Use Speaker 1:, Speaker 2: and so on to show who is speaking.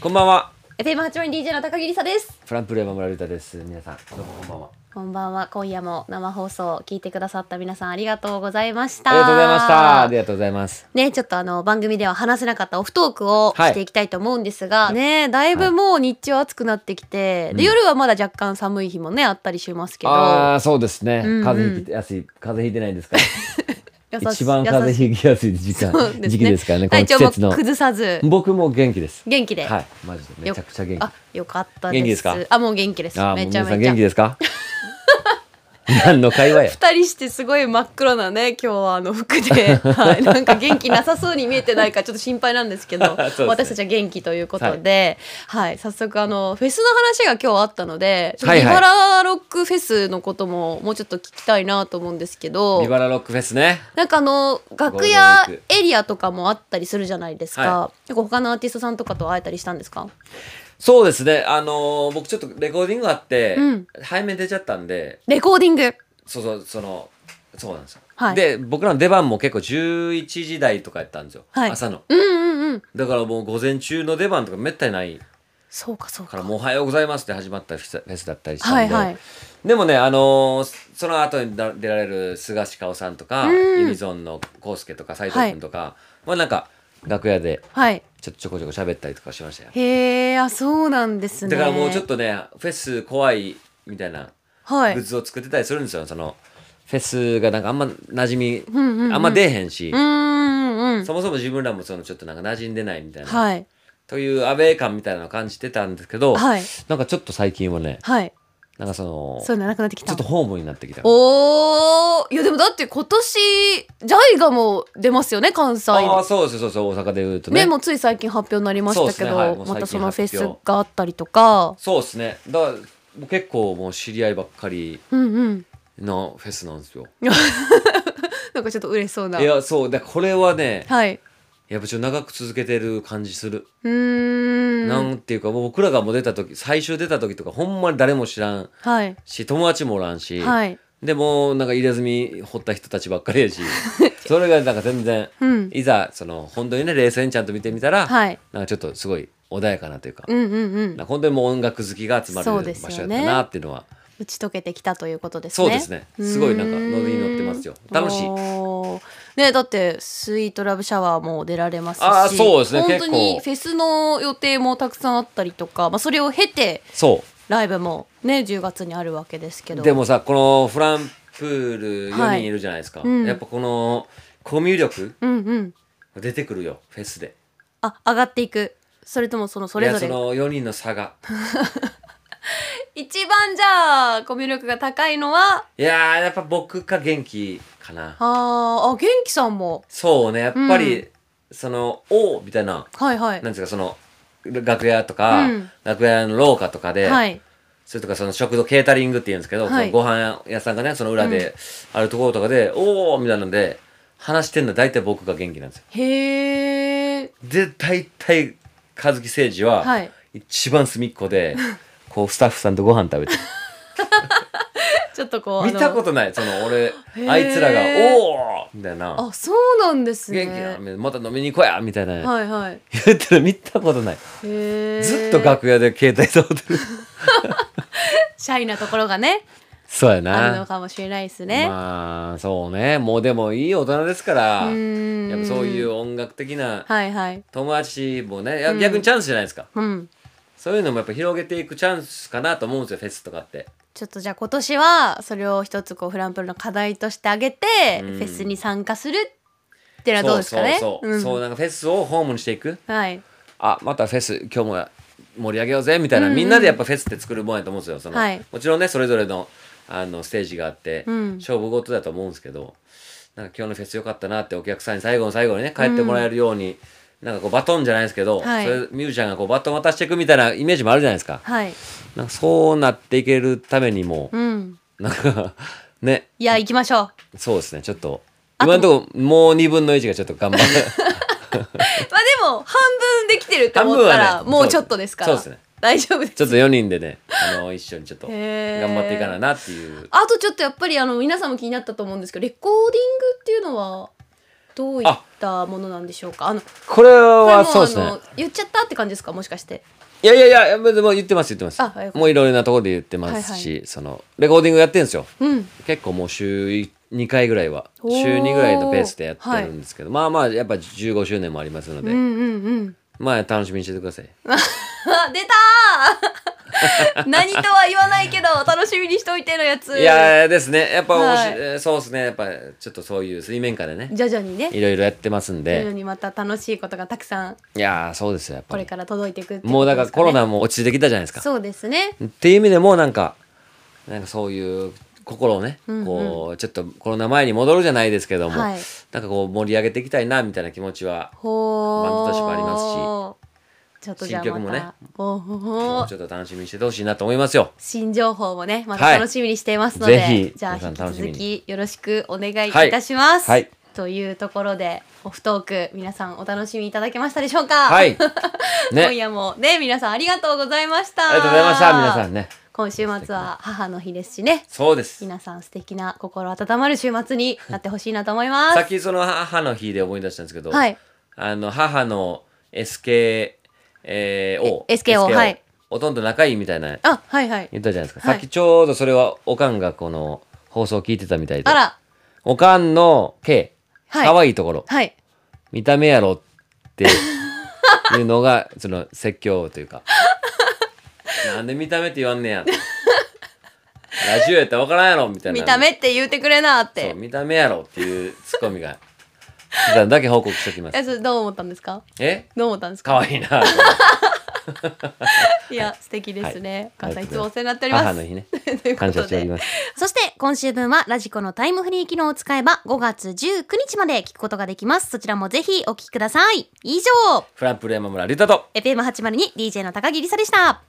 Speaker 1: こんばんは。
Speaker 2: FM8 に DJ の高木梨沙です
Speaker 1: トランプル山村歌です。皆さん、どうもこんばんは。
Speaker 2: こんばんは今夜も生放送を聞いてくださった皆さんありがとうございました
Speaker 1: ありがとうございました。ありがとうございます。
Speaker 2: ねちょっとあの番組では話せなかったオフトークを
Speaker 1: はい
Speaker 2: していきたいと思うんですが、ねだいぶもう日中暑くなってきて、
Speaker 1: うん
Speaker 2: で夜はまだ若干寒い日もねあったりしますけど
Speaker 1: ああ、そうですね。
Speaker 2: うんうん
Speaker 1: 風邪ひきやすい、風邪ひいてないですか
Speaker 2: 優
Speaker 1: ら。一番風
Speaker 2: 優し
Speaker 1: 邪ひきやすい時間、
Speaker 2: そうですね
Speaker 1: 時期ですからね。この
Speaker 2: 体
Speaker 1: 季
Speaker 2: 調も
Speaker 1: 節の。
Speaker 2: 崩さず
Speaker 1: 僕も元気です。
Speaker 2: 元気で、
Speaker 1: はい、マジでめちゃくちゃ元気。
Speaker 2: あよかったです
Speaker 1: 元気ですか
Speaker 2: あもう元気です
Speaker 1: ああ、もう
Speaker 2: めちゃ
Speaker 1: 皆さん
Speaker 2: めちゃ
Speaker 1: 元気ですか 何の会話や。
Speaker 2: 二人してすごい真っ黒なね今日はあの服 で、はい、なんか元気なさそうに見えてないかちょっと心配なんです け
Speaker 1: そう
Speaker 2: ど
Speaker 1: ですね
Speaker 2: 私たちは元気ということで、はい早速あのフェスの話が今日あったので、
Speaker 1: はいはい
Speaker 2: ビバラロックフェスのことももうちょっと聞きたいなと思うんですけど
Speaker 1: ビバラロックフェスね。
Speaker 2: なんかあの楽
Speaker 1: ゴー
Speaker 2: 屋
Speaker 1: ルデンウィー
Speaker 2: エリアとかもあったりするじゃないですか、
Speaker 1: は
Speaker 2: 結構他のアーティストさんとかと会えたりしたんですか
Speaker 1: そうですね。あのー僕ちょっとレコーディングがあって、
Speaker 2: うん
Speaker 1: 早めに出ちゃったんで、
Speaker 2: レコーディング
Speaker 1: そうそう、その、そうなんですよ。
Speaker 2: はい
Speaker 1: で、僕らの出番も結構11時台とかやったんですよ。
Speaker 2: はい
Speaker 1: 朝の。
Speaker 2: うんうんうん
Speaker 1: だからもう午前中の出番とかめったにない
Speaker 2: そうかそう
Speaker 1: か、
Speaker 2: から
Speaker 1: もうおはようございますって始まったフェスフェスだったりしたんで、
Speaker 2: はいはい
Speaker 1: でもね、あのーその後に出出られる菅氏香さんとか、
Speaker 2: うん
Speaker 1: ユニゾンの康介とか斉藤君とか、まあなんか楽屋で
Speaker 2: はい
Speaker 1: ちょちょこちょこ喋ったりとかしましたよ。
Speaker 2: へえあそうなんですね
Speaker 1: だからもうちょっとね、フェス怖いみたいな
Speaker 2: はい
Speaker 1: グッズを作ってたりするんですよ。そのフェスがなんかあんま馴染み、
Speaker 2: んうんうん
Speaker 1: あんま出えへんし、
Speaker 2: うーんうん。
Speaker 1: そもそも自分らもそのちょっとなんか馴染んでないみたいな、
Speaker 2: はい。
Speaker 1: というアウェー感みたいなのを感じてたんですけど、
Speaker 2: はい。
Speaker 1: なんかちょっと最近はね、
Speaker 2: はい。
Speaker 1: なんかその、
Speaker 2: そういうのなくなってき
Speaker 1: ちょ
Speaker 2: た
Speaker 1: っと。ホームになってきた。
Speaker 2: おーいやでもだって今年ジャイガも出ますよね関西
Speaker 1: ああ、
Speaker 2: で。
Speaker 1: そうですそうそう、大阪で言うとね。
Speaker 2: ねもうつい最近発表になりましたけ
Speaker 1: そう
Speaker 2: ど、
Speaker 1: ですねはいもう最近
Speaker 2: またそのフェス
Speaker 1: 発表
Speaker 2: があったりとか。
Speaker 1: そうですね。だから、もう結構もう知り合いばっかり
Speaker 2: うんうん。
Speaker 1: のフェスなんですよ。
Speaker 2: なんかちょっと嬉しそうな。
Speaker 1: いや、そう、だからこれはね、
Speaker 2: はい。
Speaker 1: やっぱちょっと長く続けてる感じする。
Speaker 2: うーん。
Speaker 1: なんていうか、もう僕らがもう出た時、最初出た時とか、ほんまに誰も知らん
Speaker 2: はい。
Speaker 1: し、友達もおらんし、
Speaker 2: はい。
Speaker 1: でもうなんか入れ墨掘った人たちばっかり やし、それがなんか全然、
Speaker 2: うん。
Speaker 1: いざその本当にね冷静にちゃんと見てみたら、
Speaker 2: はい。
Speaker 1: なんかちょっとすごい穏やかなというか、
Speaker 2: うんうんうん。
Speaker 1: なんか本当にもう音楽好きが集まる
Speaker 2: そ
Speaker 1: 場
Speaker 2: うですよ
Speaker 1: 所やっ
Speaker 2: ね
Speaker 1: たなっていうのは
Speaker 2: 打ち解けてきたということです
Speaker 1: そ
Speaker 2: ね。
Speaker 1: うですねすごいなんかノリに乗ってますよ楽しい
Speaker 2: い。ねだってスイートラブシャワーも出られますし、
Speaker 1: あーそうですね
Speaker 2: 本当
Speaker 1: 結
Speaker 2: に
Speaker 1: 構
Speaker 2: フェスの予定もたくさんあったりとか、まあそれを経て
Speaker 1: そ
Speaker 2: ライブもね10月にあるわけですけ
Speaker 1: う
Speaker 2: ど。
Speaker 1: でもさこのフランプール
Speaker 2: は
Speaker 1: 4
Speaker 2: い
Speaker 1: 人いるじゃないですか、
Speaker 2: うん
Speaker 1: やっぱこのコミュ力
Speaker 2: うんうん。
Speaker 1: 出てくるよフェスで
Speaker 2: あ上がっていく。それともそのそれぞれ
Speaker 1: いやその4人の差 が
Speaker 2: 一番じゃあコミュ力が高いのは。
Speaker 1: いやーやっぱ僕か元気かな
Speaker 2: あーあ元気さんも
Speaker 1: そうねやっぱり、
Speaker 2: う
Speaker 1: その「おう」みたいな
Speaker 2: はいは い
Speaker 1: なんですかその楽屋とか、
Speaker 2: うん
Speaker 1: 楽屋の廊下とかで、
Speaker 2: はい
Speaker 1: それとかその食堂ケータリングって言うんですけど、
Speaker 2: はい
Speaker 1: そのご飯屋さんがねその裏であるところとかで、おおみたいなんで話してんのは大体僕が元気なんですよ
Speaker 2: へえ
Speaker 1: で大体和樹誠司は、
Speaker 2: はい
Speaker 1: 一番隅っこ でこうスタッフさんとご飯食べてる
Speaker 2: ちょっとこうあの
Speaker 1: 見たことないその俺
Speaker 2: ー
Speaker 1: あいつらが「おお!」みたいな
Speaker 2: あそうなんで
Speaker 1: 「
Speaker 2: すね
Speaker 1: 元気やまた飲みに行こうや」みたいな、
Speaker 2: はいはい
Speaker 1: 言ってる見たことない
Speaker 2: へー
Speaker 1: ずっと楽屋で携帯触って る
Speaker 2: シャイなところがね
Speaker 1: そうや
Speaker 2: あるの
Speaker 1: な
Speaker 2: かもしれないですね、
Speaker 1: まあそうねもうでもいい大人ですから
Speaker 2: うーん
Speaker 1: やっぱそういう音楽的な
Speaker 2: はいはい
Speaker 1: 友達もね、や
Speaker 2: うん
Speaker 1: 逆にチャンスじゃないですか。
Speaker 2: うん
Speaker 1: そういうのもやっぱ広げていくチャンスかなと思うんですよ、フェスとかって。
Speaker 2: ちょっとじゃあ今年はそれを一つこうフランプルの課題としてあげて、
Speaker 1: うん
Speaker 2: フェスに参加するってのはどうですかね
Speaker 1: そうそうそう。
Speaker 2: ん
Speaker 1: そうなんかフェスをホームにしていく。
Speaker 2: はい
Speaker 1: あ、またフェス、今日も盛り上げようぜ、みたいな、
Speaker 2: うんうん
Speaker 1: みんなでやっぱフェスって作るもんやと思うんですよ。その
Speaker 2: はい
Speaker 1: もちろんね、それぞれのあのステージがあって、
Speaker 2: うん
Speaker 1: 勝負事だと思うんですけど、なんか今日のフェス良かったなってお客さんに最後の最後にね、帰ってもらえるように、なんかこうバトンじゃないですけど、
Speaker 2: はい
Speaker 1: それミュージシャンがこうバトン渡していくみたいなイメージもあるじゃないですか。
Speaker 2: はい
Speaker 1: なんかそうなっていけるためにも、
Speaker 2: うん
Speaker 1: なんか、ね、
Speaker 2: いや行きま しょう
Speaker 1: そうですね、ちょっと、
Speaker 2: あと
Speaker 1: 今のところ、もう2分の1がちょっと頑張る。
Speaker 2: まあでも半分できてるって思った
Speaker 1: 半
Speaker 2: ら、
Speaker 1: 分はね
Speaker 2: もうちょっとですか
Speaker 1: そ
Speaker 2: ら
Speaker 1: うですね
Speaker 2: 大丈夫です
Speaker 1: ちょっと4人でね、あの、一緒にちょっと、頑
Speaker 2: へー
Speaker 1: 張っていかななっていう。
Speaker 2: あとちょっとやっぱりあの皆さんも気になったと思うんですけどレコーディングっていうのはどういったものなんでしょうかあの
Speaker 1: これ
Speaker 2: これも
Speaker 1: は
Speaker 2: う
Speaker 1: そうです
Speaker 2: あ
Speaker 1: ね
Speaker 2: の言っちゃったって感じですかもしかして
Speaker 1: いやいやいやいやでも言ってます言ってます
Speaker 2: あはい
Speaker 1: もういろいろなところで言ってますし、そのレコーディングやってるんですよ
Speaker 2: うん
Speaker 1: 結構もう週2回ぐらいは週
Speaker 2: おー
Speaker 1: 2ぐらいのペースでやってるんですけど、まあまあやっぱ15周年もありますの
Speaker 2: う
Speaker 1: で、
Speaker 2: んうんうん
Speaker 1: まあ楽しみにしててください
Speaker 2: あ出たー 何とは言わないけど楽しみにしといてのやつ
Speaker 1: いやーですねやっぱ、
Speaker 2: はい
Speaker 1: おしえーそうですねやっぱちょっとそういう水面下でね
Speaker 2: 徐々にね
Speaker 1: いろいろやってますん
Speaker 2: 徐々
Speaker 1: で
Speaker 2: にまた楽しいことがたくさん
Speaker 1: いやーそうですよやっ
Speaker 2: こ
Speaker 1: ぱ
Speaker 2: れ
Speaker 1: り
Speaker 2: から届いていくってい
Speaker 1: もうだからコロ
Speaker 2: で
Speaker 1: ナも落ち着いてきたじゃないです
Speaker 2: すね
Speaker 1: か
Speaker 2: そうですね
Speaker 1: っていう意味でもなんかなんかそういう心をね、
Speaker 2: うんうん
Speaker 1: こうちょっとコロナ前に戻るじゃないですけども、
Speaker 2: はい
Speaker 1: なんかこう盛り上げていきたいなみたいな気持ちは
Speaker 2: ほ
Speaker 1: バ
Speaker 2: ー
Speaker 1: ンドとしてもありますし
Speaker 2: ちょっとじゃあまた
Speaker 1: 新曲もね
Speaker 2: おほ
Speaker 1: も
Speaker 2: ほ
Speaker 1: うちょっと楽しみにしててほしいなと思いますよ。
Speaker 2: 新情報もねま
Speaker 1: は
Speaker 2: た
Speaker 1: い
Speaker 2: 楽しみにしていますので、
Speaker 1: ぜひ
Speaker 2: じゃあ
Speaker 1: 皆さん
Speaker 2: 引き
Speaker 1: 楽しみ
Speaker 2: 続
Speaker 1: に
Speaker 2: きよろしくお願いい
Speaker 1: はい
Speaker 2: たします、
Speaker 1: はい
Speaker 2: というところでオフトーク皆さんお楽しみいただけましたでしょうか、
Speaker 1: はい ね
Speaker 2: 今夜もね皆さんありがとうございました
Speaker 1: ありがとうございました皆さんね。
Speaker 2: 今週末は母の日ですしね
Speaker 1: そうです。
Speaker 2: 皆さん素敵な心温まる週末になってほしいなと思いま
Speaker 1: さ
Speaker 2: す
Speaker 1: っきその母の日で思い出したんですけど、
Speaker 2: はい
Speaker 1: あの母の SK えーを
Speaker 2: え SKO はい
Speaker 1: ほとんど仲いいみたいな
Speaker 2: あはいはい
Speaker 1: 言ったじゃないですか。
Speaker 2: は
Speaker 1: さ
Speaker 2: い
Speaker 1: っきちょうどそれはおかんがこの放送聞いてたみたいで
Speaker 2: あ、ら
Speaker 1: おかんの K
Speaker 2: はい
Speaker 1: 可愛いところ
Speaker 2: はい
Speaker 1: 見た目やろっていうの がその説教というかなんで見た目って言わんねやラジオやったら分からんやろみたいな
Speaker 2: 見た目って言うてくれなっ
Speaker 1: そ
Speaker 2: て
Speaker 1: う見た目やろっていうツッコミが普段だけ報告しておきます
Speaker 2: えそれどう思ったんですか
Speaker 1: え
Speaker 2: どう思ったんです
Speaker 1: 可
Speaker 2: か
Speaker 1: 愛いな
Speaker 2: いや素敵ですね、
Speaker 1: はい
Speaker 2: お母さんいつもお世話になっておりま
Speaker 1: 母
Speaker 2: す
Speaker 1: の日ね
Speaker 2: というこ
Speaker 1: 感謝
Speaker 2: と
Speaker 1: しており
Speaker 2: で
Speaker 1: ます
Speaker 2: そして今週分はラジコのタイムフリー機能を使えば5月19日まで聞くことができますそちらもぜひお聞きください以上
Speaker 1: フランプル山村リタと
Speaker 2: FM802DJ の高木りさでした